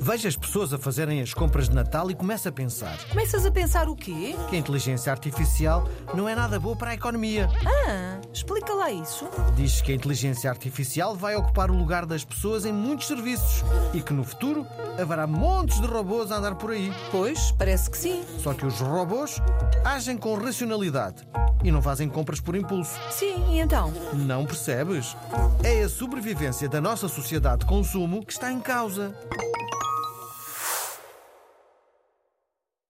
Veja as pessoas a fazerem as compras de Natal e começa a pensar Começas a pensar o quê? que a inteligência artificial não é nada boa para a economia. Ah, explica lá isso. Diz que a inteligência artificial vai ocupar o lugar das pessoas em muitos serviços e que no futuro haverá montes de robôs a andar por aí. Pois, parece que sim. Só que os robôs agem com racionalidade e não fazem compras por impulso. Sim, e então? Não percebes? É a sobrevivência da nossa sociedade de consumo que está em causa.